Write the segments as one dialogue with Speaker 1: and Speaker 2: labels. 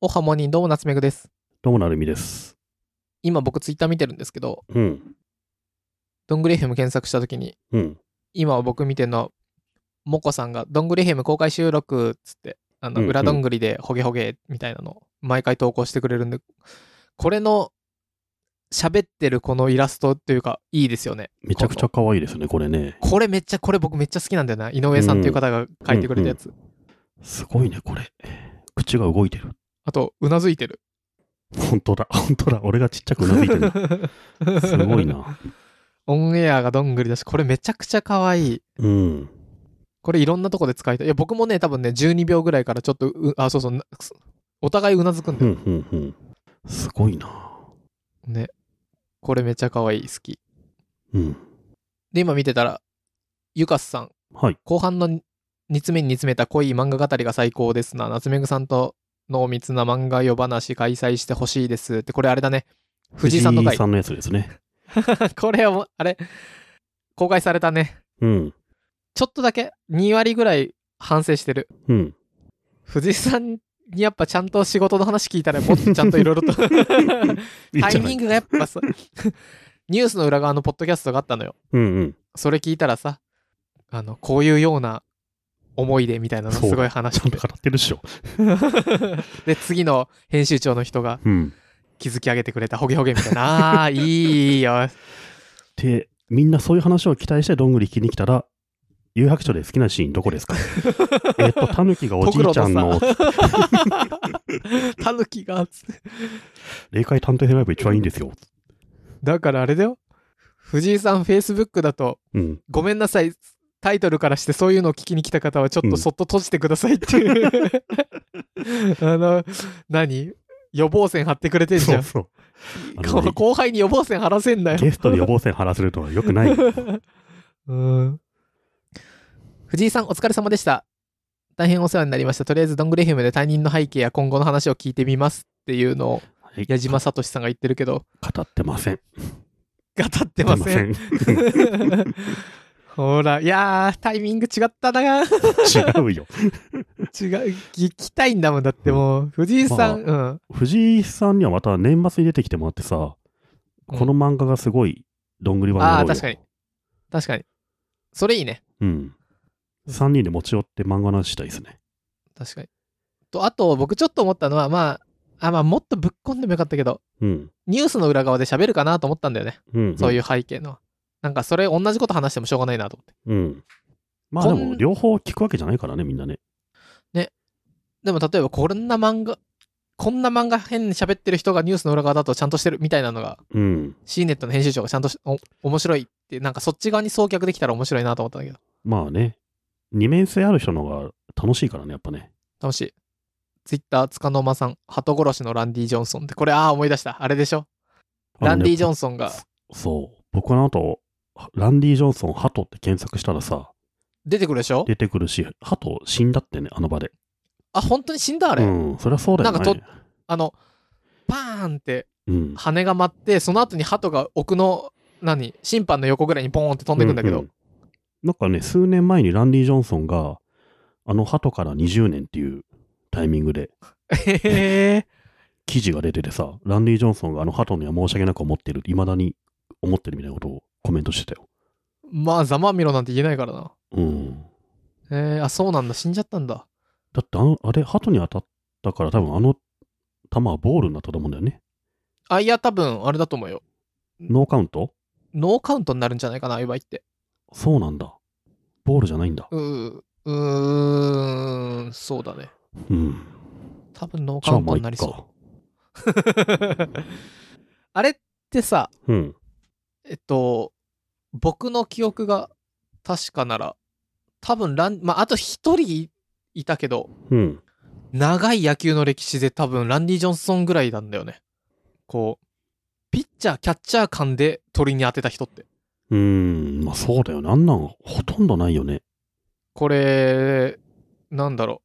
Speaker 1: おはモニーどうも夏目ぐです。
Speaker 2: どうもなるみです。
Speaker 1: 今僕ツイッター見てるんですけど、
Speaker 2: うん。
Speaker 1: どんぐり FM 検索した時に、
Speaker 2: うん。
Speaker 1: 今僕見てるのは、もこさんがどんぐり FM 公開収録っつって、あ
Speaker 2: う
Speaker 1: の
Speaker 2: んうん
Speaker 1: 裏どんぐりでホゲホゲみたいなの、毎回投稿してくれるんで、これの喋ってるこのイラストというか、いいですよね。
Speaker 2: めちゃくちゃ可愛いですね、これね。
Speaker 1: これめっちゃ、これ僕めっちゃ好きなんだよな。井上さんという方が書いてくれたやつ。
Speaker 2: すごいね、これ。口が動いてる。
Speaker 1: あと、うなずいてる。
Speaker 2: 本当だ、 本当だ。俺がちっちゃくうなずいてる。 すごい。な。
Speaker 1: オンエアがどんぐりだし、これめちゃくちゃ可愛い。
Speaker 2: うん。
Speaker 1: これいろんなとこで使いたい。いや、僕もね、多分ね、12秒ぐらいからちょっとう、あ、そうそう、なすお互いうなずくん
Speaker 2: う
Speaker 1: だ
Speaker 2: ん、う
Speaker 1: よ。
Speaker 2: ん、うん。すごいな。
Speaker 1: ね。これめっちゃ可愛い、好き。
Speaker 2: うん。
Speaker 1: で、今見てたら、ゆかすさん、
Speaker 2: はい。
Speaker 1: 後半の煮詰めに煮詰めた濃い漫画語りが最高ですな。夏目ぐさんと濃密な漫画夜話開催してほしいです。って、これあれだね。藤井さんの
Speaker 2: 藤
Speaker 1: 回
Speaker 2: 井。さんのやつですね。
Speaker 1: これはもう、あれ、公開されたね。
Speaker 2: うん。
Speaker 1: ちょっとだけ、2割ぐらい反省してる。
Speaker 2: うん。
Speaker 1: 藤井さんにやっぱちゃんと仕事の話聞いたらもっとちゃんといろいろ と タイミン
Speaker 2: グ。
Speaker 1: グがやっぱ さニュースの裏側のポッドキャストがあったのよ
Speaker 2: うん、うん。
Speaker 1: それ聞いたらさあのこういうような思いでみたいなの
Speaker 2: そう
Speaker 1: すごい話
Speaker 2: ちゃ
Speaker 1: し
Speaker 2: ん
Speaker 1: て
Speaker 2: と語ってるっしょ。
Speaker 1: で次の編集長の人が
Speaker 2: うん。
Speaker 1: 築き上げてくれたホゲホゲみたいなあーいい よ
Speaker 2: で、みんなそういう話を期待してどんぐり聞きに来たら、有白書で好きなシーンどこです かえっと、タヌキがおじいちゃんの
Speaker 1: トタヌキがつって
Speaker 2: 霊界探偵選べ一番いいんですよ。
Speaker 1: だからあれだよ藤井さんフェイスブックだと
Speaker 2: うん。
Speaker 1: ごめんなさい。タイトルからしてそういうのを聞きに来た方はちょっとそっと閉じてくださいって いう、あの、何予防線張ってくれてんじ
Speaker 2: そ
Speaker 1: ゃ。
Speaker 2: うんそう。あの
Speaker 1: この 後輩に予防線張らせんなよ。
Speaker 2: ゲストで予防線張らせるとはよくない。
Speaker 1: うん。藤井さん、お疲れ様でした。大変お世話になりました。とりあえず、ドングレヒムで他人の背景や今後の話を聞いてみますっていうのを矢島
Speaker 2: さ
Speaker 1: 聡さんが言ってるけど、
Speaker 2: 語ってません。
Speaker 1: 語ってません。
Speaker 2: 語って
Speaker 1: ほら、いやー、タイミング違ったな。
Speaker 2: ません違うよ。
Speaker 1: 違う聞きたいんだもんだってもう藤井さん、
Speaker 2: 藤井さんにはまた年末に出てきてもらってさ、
Speaker 1: うん
Speaker 2: この漫画がすごいどんぐり
Speaker 1: うん
Speaker 2: 版
Speaker 1: ああ
Speaker 2: だろうよ。
Speaker 1: 確かに確かにそれいいね
Speaker 2: うん。3人で持ち寄って漫画の話したいですね。
Speaker 1: 確かにとあと僕ちょっと思ったのはまああまあもっとぶっこんでもよかったけど
Speaker 2: うん。
Speaker 1: ニュースの裏側で喋るかなと思ったんだよね、
Speaker 2: うん。
Speaker 1: そういう背景のなんかそれ同じこと話してもしょうがないなと思って
Speaker 2: うん。うん。まあで
Speaker 1: こん
Speaker 2: も、両方聞くわけじゃないからね、みんなね。
Speaker 1: でも例えばこんな漫画こんな漫画変に喋ってる人がニュースの裏側だとちゃんとしてるみたいなのが
Speaker 2: うん。
Speaker 1: C ネットの編集長がちゃんとしお面白いってなんかそっち側に送客できたら面白いなと思ったんだけど
Speaker 2: まあね、二面性ある人の方が楽しいからね、やっぱね。
Speaker 1: 楽しい。ツイッター、つかの間さん、鳩殺しのランディ・ジョンソンって、これ、ああ、思い出した。あれでしょランディ・ジョン
Speaker 2: ソ
Speaker 1: ソンが
Speaker 2: そう。僕の後、ランディ・ジョンソン、ハトって検索したらさ、
Speaker 1: 出てくるでしょ
Speaker 2: 出てくるし、ハト死んだってね、あの場で。
Speaker 1: あ、本当に死んだあ
Speaker 2: う
Speaker 1: れ。
Speaker 2: ん、そりゃそうだよね。
Speaker 1: なんかとあの、パーンって
Speaker 2: うん、
Speaker 1: 羽が舞って、その後に鳩が奥の、何、審判の横ぐらいにポーンって飛んでくんだけど、
Speaker 2: ううなんかね、数年前にランディ・ジョンソンが、あのハトから20年っていうタイミングで
Speaker 1: へえ、
Speaker 2: 記事が出ててさ、ランディ・ジョンソンがあのハトには申し訳なく思ってる、いまだに思ってるみたいなことをコメントしてたよ。
Speaker 1: まあ、ざまあみろなんて言えないからな。
Speaker 2: うん。
Speaker 1: へえ、あ、そうなんだ、死んじゃったんだ。
Speaker 2: だってあの、あれ、ハトに当たったから、多分あの球はボールになったと思うんだよね。
Speaker 1: あ、いや、多分、あれだと思うよ。
Speaker 2: ノーカウント
Speaker 1: ノーカウントになるんじゃないかな、ああいう場合って。
Speaker 2: そうなんだ。ボールじゃないんだ。
Speaker 1: うー、うーん、そうだね。
Speaker 2: うん。
Speaker 1: 多分ノー
Speaker 2: じ
Speaker 1: カウ
Speaker 2: ゃあ
Speaker 1: ン
Speaker 2: ま
Speaker 1: ト
Speaker 2: あい
Speaker 1: に
Speaker 2: っ
Speaker 1: なりそう。
Speaker 2: か。
Speaker 1: あれってさ、
Speaker 2: うん。
Speaker 1: えっと、僕の記憶が確かなら、多分ラン、まあ、あと一人いたけど、
Speaker 2: うん。
Speaker 1: 長い野球の歴史で多分ランディ・ジョンソンぐらいなんだよね。こう、ピッチャー、キャッチャー間で鳥に当てた人って。
Speaker 2: うーん、まあそうだよね。あんなんほとんどないよね。
Speaker 1: これ、なんだろ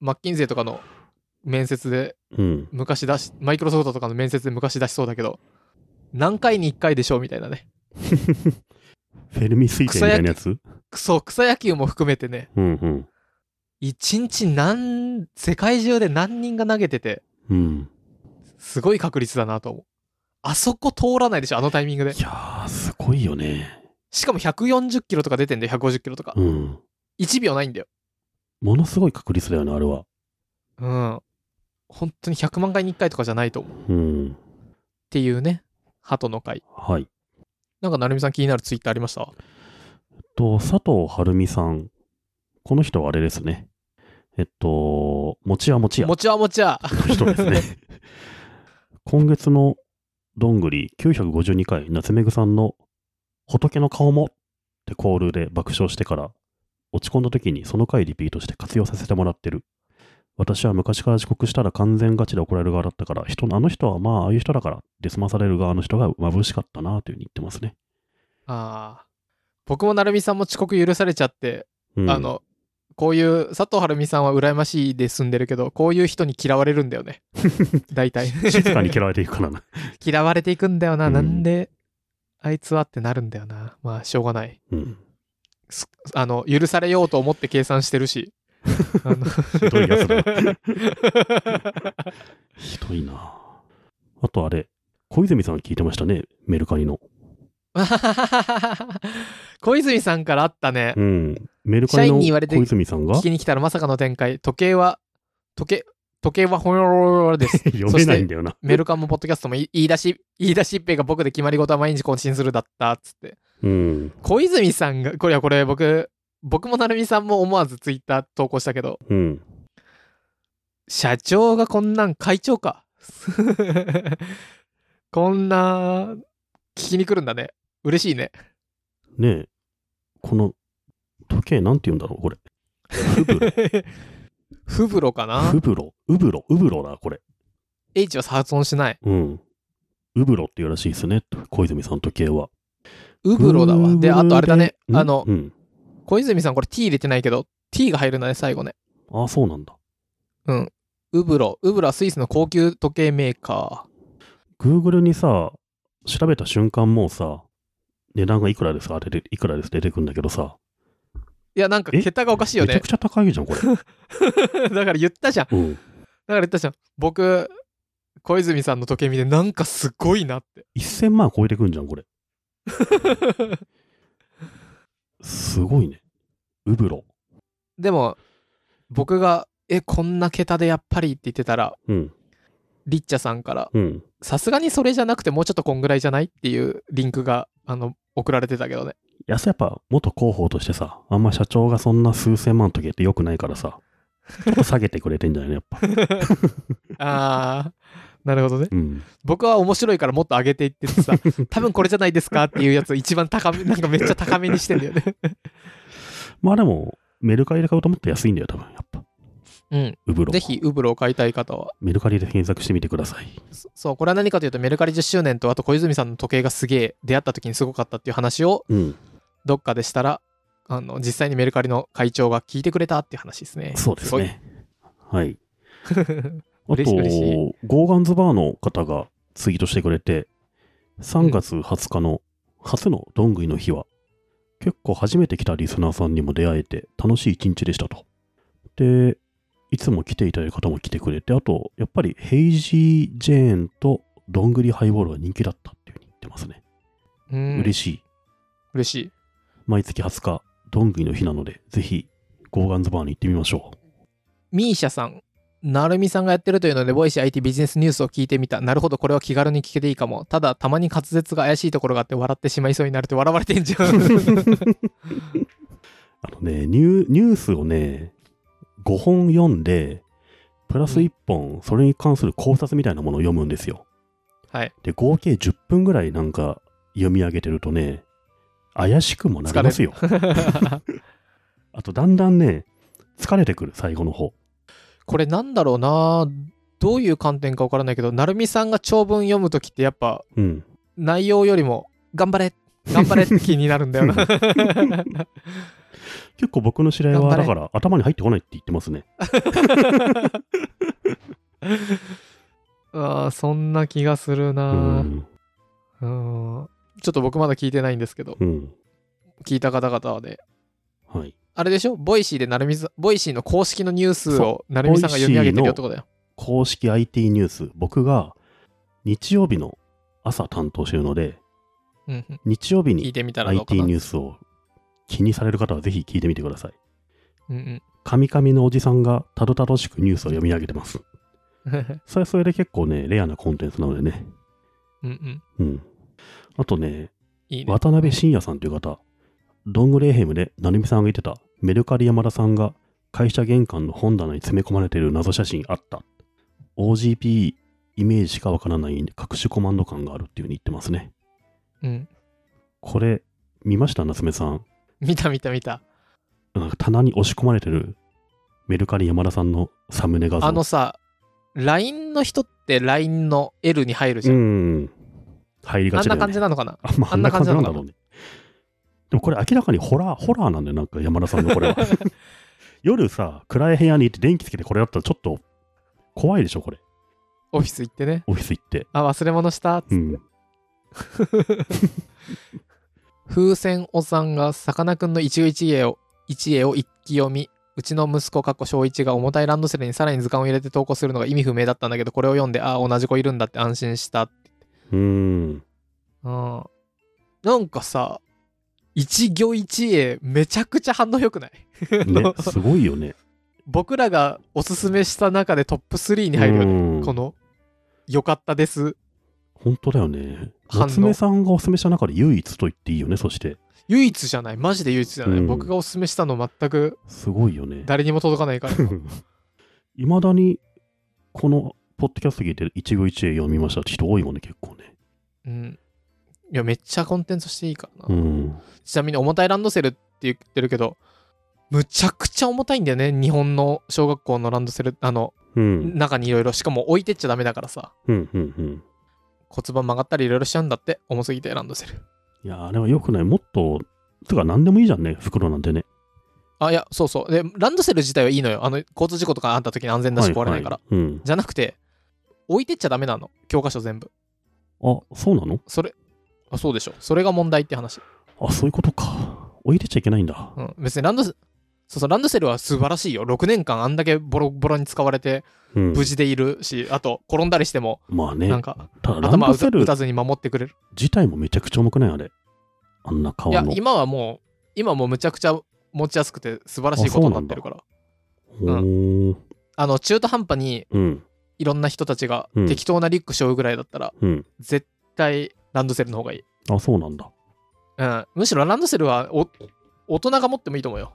Speaker 1: う、マッキンゼーとかの面接で
Speaker 2: うん。
Speaker 1: 昔出し、マイクロソフトとかの面接で昔出しそうだけど、何回に1回でしょうみたいなね。
Speaker 2: フェルミ推定みたいなやつ
Speaker 1: そう、草野球も含めてね、
Speaker 2: うんうん。
Speaker 1: 一日何、世界中で何人が投げてて、
Speaker 2: うん。
Speaker 1: すごい確率だなと思う。あそこ通らないでしょ、あのタイミングで
Speaker 2: い。やー、すごいよね。
Speaker 1: しかも140キロとか出てんだよ、150キロとか。
Speaker 2: うん。
Speaker 1: 1秒ないんだよ。
Speaker 2: ものすごい確率だよね、あれは。
Speaker 1: うん。本当に100万回に1回とかじゃないと思う。っ
Speaker 2: うん。
Speaker 1: ていうね、鳩の回。
Speaker 2: はい。
Speaker 1: なんか、成美さん気になるツイッターありました
Speaker 2: えっと、佐藤晴美さん。この人はあれですね。えっと、もちやもちや
Speaker 1: も
Speaker 2: の
Speaker 1: ちはもちは。
Speaker 2: 人ですね。今月のどんぐり952回、夏目ぐさんの仏の顔もってコールで爆笑してから、落ち込んだ時にその回リピートして活用させてもらってる。私は昔から遅刻したら完全ガチで怒られる側だったから、人のあの人はまあああいう人だからで済まされる側の人が眩しかったなというふうに言ってますね。
Speaker 1: ああ。僕も成美さんも遅刻許されちゃって、
Speaker 2: うん
Speaker 1: あの、こういう、佐藤晴美さんは羨ましいで住んでるけど、こういう人に嫌われるんだよ ね。大体。
Speaker 2: 静かに嫌われていくからな。
Speaker 1: 嫌われていくんだよな。
Speaker 2: うん
Speaker 1: なんで、あいつはってなるんだよな。まあ、しょうがない。
Speaker 2: うん。
Speaker 1: すあの、許されようと思って計算してる し。あの
Speaker 2: ひどいやつだ。ひどいな。あとあれ、小泉さん聞いてましたね、メルカリの。
Speaker 1: 小泉さんからあったね
Speaker 2: う。ん。メルカリ
Speaker 1: 社員
Speaker 2: の
Speaker 1: に言われて
Speaker 2: 小泉さんが
Speaker 1: 聞きに来たらまさかの展開。時計は、時計、時計はほよろろろです。
Speaker 2: 読めないんだよな。
Speaker 1: メルカンもポッドキャストも言い言い出し、言い出しっぺが僕で決まり事は毎日更新するだったっつって。
Speaker 2: うん。
Speaker 1: 小泉さんが、これはこれ僕、僕も成美さんも思わずツイッター投稿したけど、
Speaker 2: うん。
Speaker 1: 社長がこんなん会長か。こんな、聞きに来るんだね。嬉しいね。
Speaker 2: ねえ、この時計なんて言うんだろう、これ。フブロ。
Speaker 1: フブロかな
Speaker 2: フブロ。ウブロ。ウブロだ、これ。
Speaker 1: ?H は発音しない。
Speaker 2: うん。ウブロっていうらしいですね、小泉さん時計は。
Speaker 1: ウブロだわ。で、あとあれだね。
Speaker 2: うん
Speaker 1: あの、
Speaker 2: うん。
Speaker 1: 小泉さんこれ T 入れてないけど、T が入るんだね、最後ね。
Speaker 2: ああ、そうなんだ。
Speaker 1: うん。ウブロ。ウブロはスイスの高級時計メーカ
Speaker 2: Google にさ、調べた瞬間もうさ、値段がいくらですかあれでいくらです出てくるんだけどさ、
Speaker 1: ー。いや、なんか
Speaker 2: え
Speaker 1: 桁がおかしいよ
Speaker 2: めちゃ
Speaker 1: ね
Speaker 2: く。ちゃ高いじゃん、こ
Speaker 1: だ
Speaker 2: れ。
Speaker 1: から言ったじゃん。だか
Speaker 2: うん。
Speaker 1: ら言ったじゃん。僕、小泉さんの時計見て、なんかすごいなって。
Speaker 2: 1000万超えてくんじゃん、これ。すごいね。ウブロ。
Speaker 1: でも、僕が、え、こんな桁でやっぱりって言ってたら、
Speaker 2: うん。
Speaker 1: リッチャさんから、
Speaker 2: うん。
Speaker 1: さすがにそれじゃなくてもうちょっとこんぐらいじゃないっていうリンクが、あの、送られてたけどね。
Speaker 2: いや、そうやっぱ、元広報としてさ、あんま社長がそんな数千万とけって良くないからさ、ちょっと下げてくれてんじゃないのやっぱ。
Speaker 1: あー、なるほどね。
Speaker 2: うん。
Speaker 1: 僕は面白いからもっと上げていってって さ、多分これじゃないですかっていうやつを一番高め、なんかめっちゃ高めにしてんだ よね。
Speaker 2: まあでも、メルカリで買うともっと安いんだよ、多分、やっぱ。
Speaker 1: うん。
Speaker 2: ウブ ロ。
Speaker 1: ぜひ、ウブロを買いたい方は。
Speaker 2: メルカリで検索してみてください。
Speaker 1: そそう、これは何かというと、メルカリ10周年と、あと小泉さんの時計がすげえ、出会った時にすごかったっていう話を、
Speaker 2: うん。
Speaker 1: どっかでしたら、あの、実際にメルカリの会長が聞いてくれたっていう話ですね。
Speaker 2: そうですね。はい。
Speaker 1: すごい。
Speaker 2: あと、
Speaker 1: 嬉しい嬉しい
Speaker 2: ゴーガンズバーの方がツイートしてくれて、3月20日の初のどんぐりの日は、結構初めて来たリスナーさんにも出会えて、楽しい一日でしたと。で、いつも来ていただいた方も来てくれて、あと、やっぱりヘイジー・ジェーンとどんぐりハイボールが人気だったっていうふうに言ってますね。
Speaker 1: うん。
Speaker 2: 嬉
Speaker 1: しい。
Speaker 2: しい。
Speaker 1: 嬉しい。
Speaker 2: 毎月20日、どんぐりの日なので、ぜひ、ゴーガンズバーに行ってみましょ
Speaker 1: ミーシャさん。なるみさんがやってるというので、ボイシー IT ビジネスニュースを聞いてみた。なるほど、これは気軽に聞けていいかも。ただ、たまに滑舌が怪しいところがあって笑ってしまいそうになるって笑われてんじゃ ん。
Speaker 2: う。あのね、ニューニュースをね、5本読んで、プラス1本、それに関する考察みたいなものを読むんですよ。
Speaker 1: はい。
Speaker 2: で、合計10分ぐらいなんか読み上げてるとね、怪しくもなりますよ。 あと、だんだんね、疲れてくる、最後の方。
Speaker 1: これなんだろうなどういう観点かわからないけど、なるみさんが長文読むときってやっぱ
Speaker 2: うん。
Speaker 1: 内容よりも頑張れ頑張れって気になるんだよな。
Speaker 2: 結構僕の知り合い
Speaker 1: 頑張
Speaker 2: は、
Speaker 1: れ
Speaker 2: だから頭に入ってこないって言ってますね。
Speaker 1: あーそんな気がする
Speaker 2: う
Speaker 1: な、
Speaker 2: ん。
Speaker 1: うんちょっと僕まだ聞いてないんですけど、
Speaker 2: うん。
Speaker 1: 聞いた方々はね。
Speaker 2: はい。
Speaker 1: あれでしょボイシーでなるみさん、ボイシーの公式のニュースをなるみさんが読み上げてるよってことだよ。
Speaker 2: 公式 IT ニュース、僕が日曜日の朝担当してるので、
Speaker 1: うんうん
Speaker 2: 日曜日
Speaker 1: 聞い
Speaker 2: に
Speaker 1: てみたらどうか
Speaker 2: IT
Speaker 1: な。
Speaker 2: ニュースを気にされる方はぜひ聞いてみてください。
Speaker 1: うん
Speaker 2: カミカミのおじさんがたどたどしくニュースを読み上げてます。
Speaker 1: うん。
Speaker 2: それはそれで結構ね、レアなコンテンツなのでね。
Speaker 1: うん うん。
Speaker 2: うん。あとね、
Speaker 1: いいね。
Speaker 2: 渡辺信也さんという方、ドングレーヘムで成美さんが言ってた、メルカリ山田さんが会社玄関の本棚に詰め込まれている謎写真あった。OGP イメージしかわからない各種コマンド感があるっていうふうに言ってますね。
Speaker 1: うん。
Speaker 2: これ、見ました夏目さん。
Speaker 1: 見た見た見た。
Speaker 2: なんか棚に押し込まれてるメルカリ山田さんのサムネ画像。
Speaker 1: あのさ、LINE の人って LINE の L に入るじ
Speaker 2: う
Speaker 1: ゃん。
Speaker 2: ん。入り
Speaker 1: あ
Speaker 2: が
Speaker 1: ん
Speaker 2: ちだ
Speaker 1: な
Speaker 2: よ
Speaker 1: 感
Speaker 2: ね
Speaker 1: じ。なのかな
Speaker 2: あ,、まあ、
Speaker 1: あ
Speaker 2: あ
Speaker 1: ん
Speaker 2: ん
Speaker 1: な
Speaker 2: な
Speaker 1: 感
Speaker 2: 感
Speaker 1: じな
Speaker 2: じなん
Speaker 1: のかな
Speaker 2: だろうね。でもこれ明らかにホラー、ホラーなんだよ、なんか山田さん のこれは。夜さ、暗い部屋にいて電気つけてこれだったらちょっと怖いでしょ、これ。
Speaker 1: オフィス行ってね。
Speaker 2: オフィス行って。
Speaker 1: あ、忘れ物したっつって。
Speaker 2: うん。
Speaker 1: 風船おさんがさかなクンの一期一会を一会を一気読みうちの息子かっこ小一が重たいランドセルにさらに図鑑を入れて投稿するのが意味不明だったんだけどこれを読んでああ同じ子いるんだって安心したって
Speaker 2: うーん。
Speaker 1: うんなんかさ一行一会めちゃくちゃ反応良くない
Speaker 2: ね、すごいよね。
Speaker 1: 僕らがおすすめした中でトップ3に入るよ
Speaker 2: う
Speaker 1: ね
Speaker 2: ん
Speaker 1: この「良かったです
Speaker 2: 本当だよね。
Speaker 1: 反応
Speaker 2: 夏目さんがおすすめした中で唯一と言っていいよね、そして。」
Speaker 1: 唯一じゃないマジで唯一じゃない、
Speaker 2: うん
Speaker 1: 僕がおすすめしたの全く
Speaker 2: すごいよね。
Speaker 1: 誰にも届かないから
Speaker 2: いまだに、このポッドキャスト聞いて一期一会読みましたって人多いもんね、結構ね。
Speaker 1: うんいやめっちゃコンテンツしていいからな、
Speaker 2: うん。
Speaker 1: ちなみに重たいランドセルって言ってるけど、むちゃくちゃ重たいんだよね、日本の小学校のランドセル、あの、
Speaker 2: うん。
Speaker 1: 中にいろいろ、しかも置いてっちゃダメだからさ、
Speaker 2: うん。うん。うん。
Speaker 1: 骨盤曲がったりいろいろしちゃうんだって、重すぎてランドセル。
Speaker 2: いやー、あれは良くない。もっと、つうか何でもいいじゃんね、袋なんてね。
Speaker 1: あ、いや、そうそう。で、ランドセル自体はいいのよ。あの、交通事故とかあった時に安全だし壊れないから。
Speaker 2: ははうん。
Speaker 1: じゃなくて、置いてっちゃダメなの、教科書全部。
Speaker 2: あ、そうなの
Speaker 1: それ、あ、そうでしょ。それが問題って話。
Speaker 2: あ、そういうことか。置いてっちゃいけないんだ。
Speaker 1: うん、別にランドセル、そうそう、ランドセルは素晴らしいよ。6年間あんだけボロボロに使われて、
Speaker 2: うん。
Speaker 1: 無事でいるし、あと、転んだりしても、
Speaker 2: まあね
Speaker 1: な。んか、
Speaker 2: ただ、ラン
Speaker 1: 頭打
Speaker 2: ド
Speaker 1: た
Speaker 2: セ
Speaker 1: 打
Speaker 2: ル
Speaker 1: たずに守ってくれる。
Speaker 2: 自体もめちゃくちゃ重くないあれ。あんな顔
Speaker 1: いや、
Speaker 2: の。
Speaker 1: 今はもう、今もうむちゃくちゃ持ちやすくて素晴らしいことになってるから。
Speaker 2: ほー
Speaker 1: あの、中途半端に
Speaker 2: うん。
Speaker 1: いろんな人たちが
Speaker 2: うん
Speaker 1: 適当なリュック背負うぐらいだったら、
Speaker 2: うん。
Speaker 1: 絶対ランドセルの方がいい。
Speaker 2: あ、そうなんだ。
Speaker 1: うん。むしろランドセルはお大人が持ってもいいと思うよ。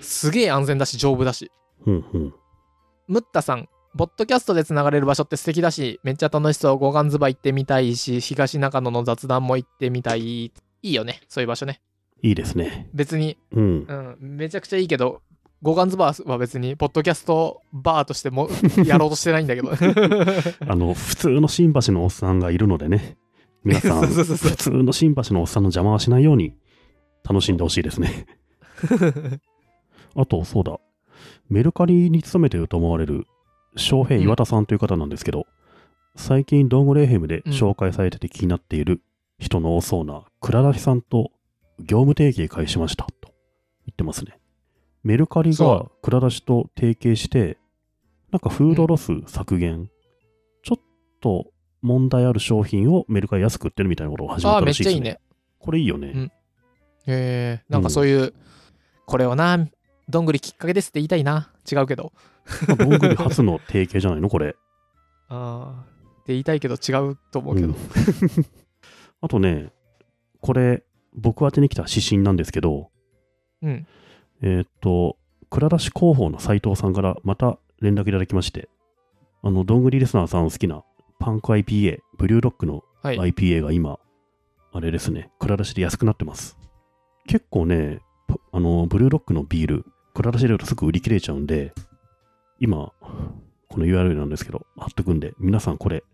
Speaker 1: すげえ安全だし、丈夫だし。
Speaker 2: うん。うん。
Speaker 1: ムッタさん、ポッドキャストでつながれる場所って素敵だし、めっちゃ楽しそう。五眼ズバ行ってみたいし、東中野の雑談も行ってみたい。いいよね、そういう場所ね。
Speaker 2: いいですね。
Speaker 1: 別に
Speaker 2: うん
Speaker 1: う。ん、めちゃくちゃいいけど、五眼ズバーは別に、ポッドキャストバーとしてもやろうとしてないんだけど。
Speaker 2: あの、普通の新橋のおっさんがいるのでね。皆さん、
Speaker 1: そうそうそう
Speaker 2: 普通の新橋のおっさんの邪魔はしないように楽しんでほしいですね。あと、そうだ。メルカリに勤めていると思われる、翔平岩田さんという方なんですけど、最近、ドンゴレーヘムで紹介されてて気になっている人の多そうな、倉田さんと業務提携会しました、と言ってますね。メルカリが
Speaker 1: そ
Speaker 2: 倉田氏と提携して、なんかフードロス削減、ちょっと問題ある商品をメルカリ安く売ってるみたいなことを始め
Speaker 1: ああ、
Speaker 2: た
Speaker 1: め
Speaker 2: ら
Speaker 1: っ
Speaker 2: しい
Speaker 1: ち
Speaker 2: で
Speaker 1: ゃ
Speaker 2: す
Speaker 1: い
Speaker 2: ね。
Speaker 1: いね。
Speaker 2: これいいよね。
Speaker 1: うんへえ、なんかそういう、これをな、どんぐりきっかけですって言いたいな。違うけど。
Speaker 2: まあドングリ初の提携じゃないのこれ。
Speaker 1: ああ、って言いたいけど違うと思うけど。
Speaker 2: うん あとね、これ、僕宛てに来た指針なんですけど、
Speaker 1: うん。
Speaker 2: えーっと、倉田市広報の斉藤さんからまた連絡いただきまして、あの、どんぐりリスナーさんを好きなパンク IPA、ブリューロックの
Speaker 1: はい。
Speaker 2: IPA が今、あれですね、倉田市で安くなってます。結構ね、パあの、ブルーロックのビール、倉田市で売るとすぐ売り切れちゃうんで、今、この URL なんですけど、貼っとくんで、皆さんこれ、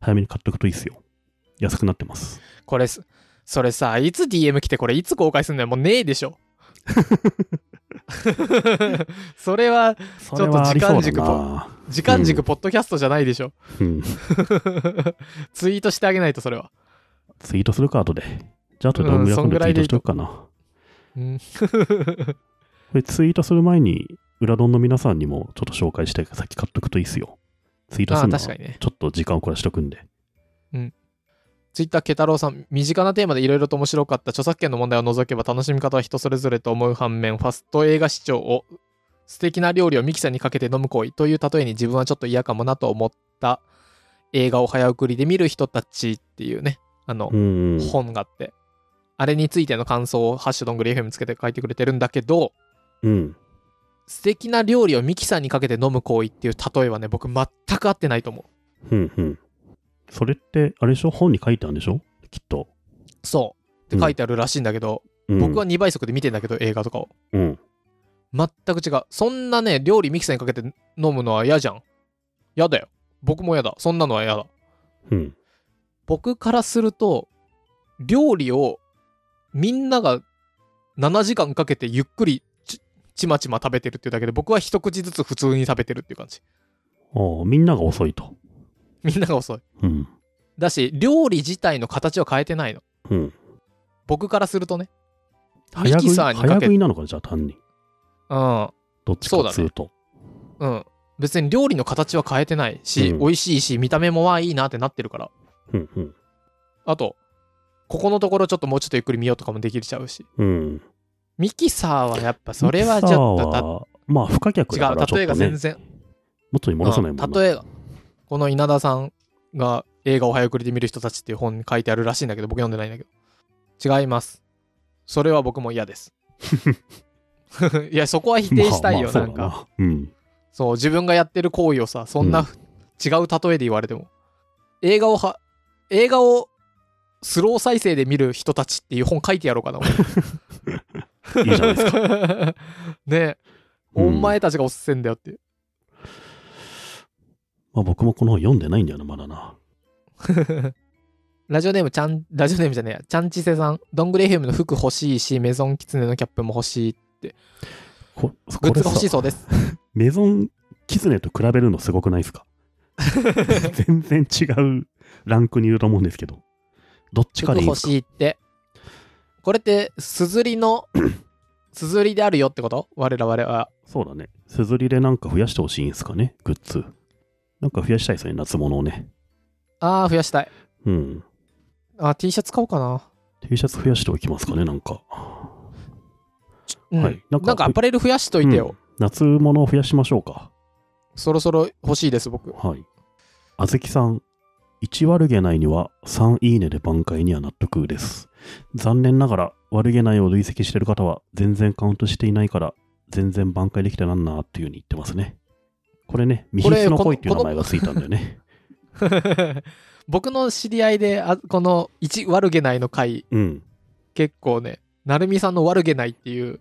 Speaker 2: 早めに買っとくといいですよ。安くなってます。
Speaker 1: これす、それさ、いつ DM 来てこれいつ公開すんのよ。もうねえでしょ。 それは、
Speaker 2: それはありそうだな。
Speaker 1: 時間軸ポッドキャストじゃないでしょ。
Speaker 2: うん。
Speaker 1: ツイートしてあげないと、それは。
Speaker 2: ツイートするか、後で。じゃあ、後でどんぐらい
Speaker 1: うんそんぐ
Speaker 2: で
Speaker 1: ら
Speaker 2: ツイ
Speaker 1: い
Speaker 2: ー
Speaker 1: でい
Speaker 2: ト
Speaker 1: い
Speaker 2: し
Speaker 1: と
Speaker 2: とくかな。こ
Speaker 1: うん
Speaker 2: れツイートする前に、裏ドンの皆さんにもちょっと紹介して、さっき買っとくといいっすよ。ツイート
Speaker 1: あ
Speaker 2: する
Speaker 1: あ、
Speaker 2: のは
Speaker 1: 確か
Speaker 2: ち
Speaker 1: にね。
Speaker 2: ょっと時間を凝らしとくんで。
Speaker 1: ツイッター、ケタロウさん、身近なテーマでいろいろと面白かった著作権の問題を除けば楽しみ方は人それぞれと思う反面、ファスト映画視聴を素敵な料理をミキサーにかけて飲む行為という例えに自分はちょっと嫌かもなと思った映画を早送りで見る人たちっていうね、あの
Speaker 2: う、ん。
Speaker 1: 本があって、あれについての感想をハッシュドングリ FM つけて書いてくれてるんだけど、
Speaker 2: うん。
Speaker 1: 素敵な料理をミキサーにかけて飲む行為っていう例えはね、僕全く合ってないと思う。
Speaker 2: うん。うん。それって、あれでしょ本に書いてあるんでしょきっと。
Speaker 1: そう。って書いてあるらしいんだけど、
Speaker 2: うん、
Speaker 1: 僕は2倍速で見てんだけど、映画とかを。
Speaker 2: うん。
Speaker 1: 全く違う。そんなね、料理ミキサーにかけて飲むのは嫌じゃん。嫌だよ。僕も嫌だ。そんなのは嫌だ。
Speaker 2: うん。
Speaker 1: 僕からすると、料理をみんなが7時間かけてゆっくりちちまちま食べてるっていうだけで、僕は一口ずつ普通に食べてるっていう感じ。
Speaker 2: ああ、みんなが遅いと。
Speaker 1: みんなが遅い。
Speaker 2: うん。
Speaker 1: だし、料理自体の形を変えてないの。
Speaker 2: うん。
Speaker 1: 僕からするとね。ミ
Speaker 2: 早食
Speaker 1: キ
Speaker 2: い、
Speaker 1: サーにか
Speaker 2: 早
Speaker 1: け
Speaker 2: 食
Speaker 1: て。
Speaker 2: いなのか、じゃあ単に。
Speaker 1: うん。
Speaker 2: どっちかっつうと。
Speaker 1: うん。別に料理の形は変えてないし、
Speaker 2: うん
Speaker 1: 美味しいし、見た目もまあいいなってなってるから。
Speaker 2: うんうん。
Speaker 1: あと、ここのところちょっともうちょっとゆっくり見ようとかもできちゃうし。
Speaker 2: うん。
Speaker 1: ミキサーはやっぱそれはちょっと
Speaker 2: ミキサーはまあ、不可逆だから
Speaker 1: 違う
Speaker 2: ちょっと
Speaker 1: 例え
Speaker 2: ね
Speaker 1: が全然。
Speaker 2: 元に戻さないもんな。
Speaker 1: うん例えば、この稲田さんが映画を早送りで見る人たちっていう本に書いてあるらしいんだけど、僕読んでないんだけど。違います。それは僕も嫌 です。いや、そこは否定したいよ、
Speaker 2: まあ
Speaker 1: なんか。。
Speaker 2: まあそうだうん。
Speaker 1: そう、自分がやってる行為をさ、そんな、
Speaker 2: うん
Speaker 1: 違う例えで言われても。映画をは、映画をスロー再生で見る人たちっていう本書いてやろうかな、俺
Speaker 2: いいじゃない です
Speaker 1: か。ねえ、
Speaker 2: うん
Speaker 1: お前たちがおっせんだよっていう。
Speaker 2: まあ、僕もこの本読んでないんだよな、まだな。
Speaker 1: ラジオネームちゃん、ラジオネームじゃねえや、ちゃんちせさん、ドングレーフムの服欲しいし、メゾンキツネのキャップも欲しい、グ
Speaker 2: こ
Speaker 1: ッズが
Speaker 2: これ
Speaker 1: 欲しい
Speaker 2: さ
Speaker 1: そうです。
Speaker 2: メゾンキツネと比べるのすごくないで すか全然違うランクにいると思うんですけど。どっちか
Speaker 1: 服
Speaker 2: でいいで
Speaker 1: 欲
Speaker 2: すか
Speaker 1: しいって。これって、すずりの、すずりであるよってこと我ら我々は。
Speaker 2: そうだね。すずりでなんか増やしてほしいんですかね、グッズ。なんか増やしたいですね、夏物をね。
Speaker 1: ああ、増やしたい。
Speaker 2: うん。
Speaker 1: あ、T シャツ買おうかな。
Speaker 2: T シャツ増やしておきますかね、なんか。
Speaker 1: うん
Speaker 2: はい
Speaker 1: な
Speaker 2: なんん
Speaker 1: か
Speaker 2: か
Speaker 1: アパレル増やしといてよ。
Speaker 2: 夏物を増やしましょうか。
Speaker 1: そろそろ欲しいです、 僕。
Speaker 2: はい。あずきさん、1悪げないには3いいねで挽回には納得です。残念ながら、悪げないを累積してる方は全然カウントしていないから、全然挽回できてなんなーっていうふうに言ってますね。これね、未必の恋っていう名前がついたんだよね。
Speaker 1: 僕の知り合いで、あこの1悪げないの回、
Speaker 2: うん。
Speaker 1: 結構ね、なるみさんの悪げないっていう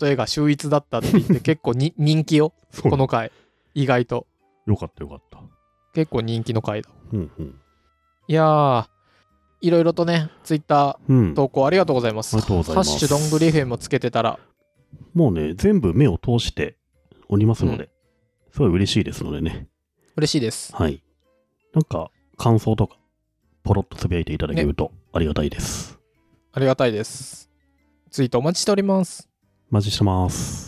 Speaker 1: 例えが秀逸だったって言 って、結構に人気よ、
Speaker 2: そう
Speaker 1: この回。意外と。
Speaker 2: よかったよかった。
Speaker 1: 結構人気の回だ。
Speaker 2: うんうん。
Speaker 1: いやー、いろいろとね、ツイッタ
Speaker 2: うん
Speaker 1: ー、投稿ありがとうございます。
Speaker 2: ありがとうございます
Speaker 1: ハッシュドングリ FM をつけてたら、
Speaker 2: もうね、全部目を通しておりますので、すごい嬉しいですのでね。
Speaker 1: 嬉しいです。
Speaker 2: はい。なんか、感想とか、ポロッとつぶやいていただけるとありがたいです。
Speaker 1: ありがたいです。ツイートお待ちしております。
Speaker 2: お待ちしてます。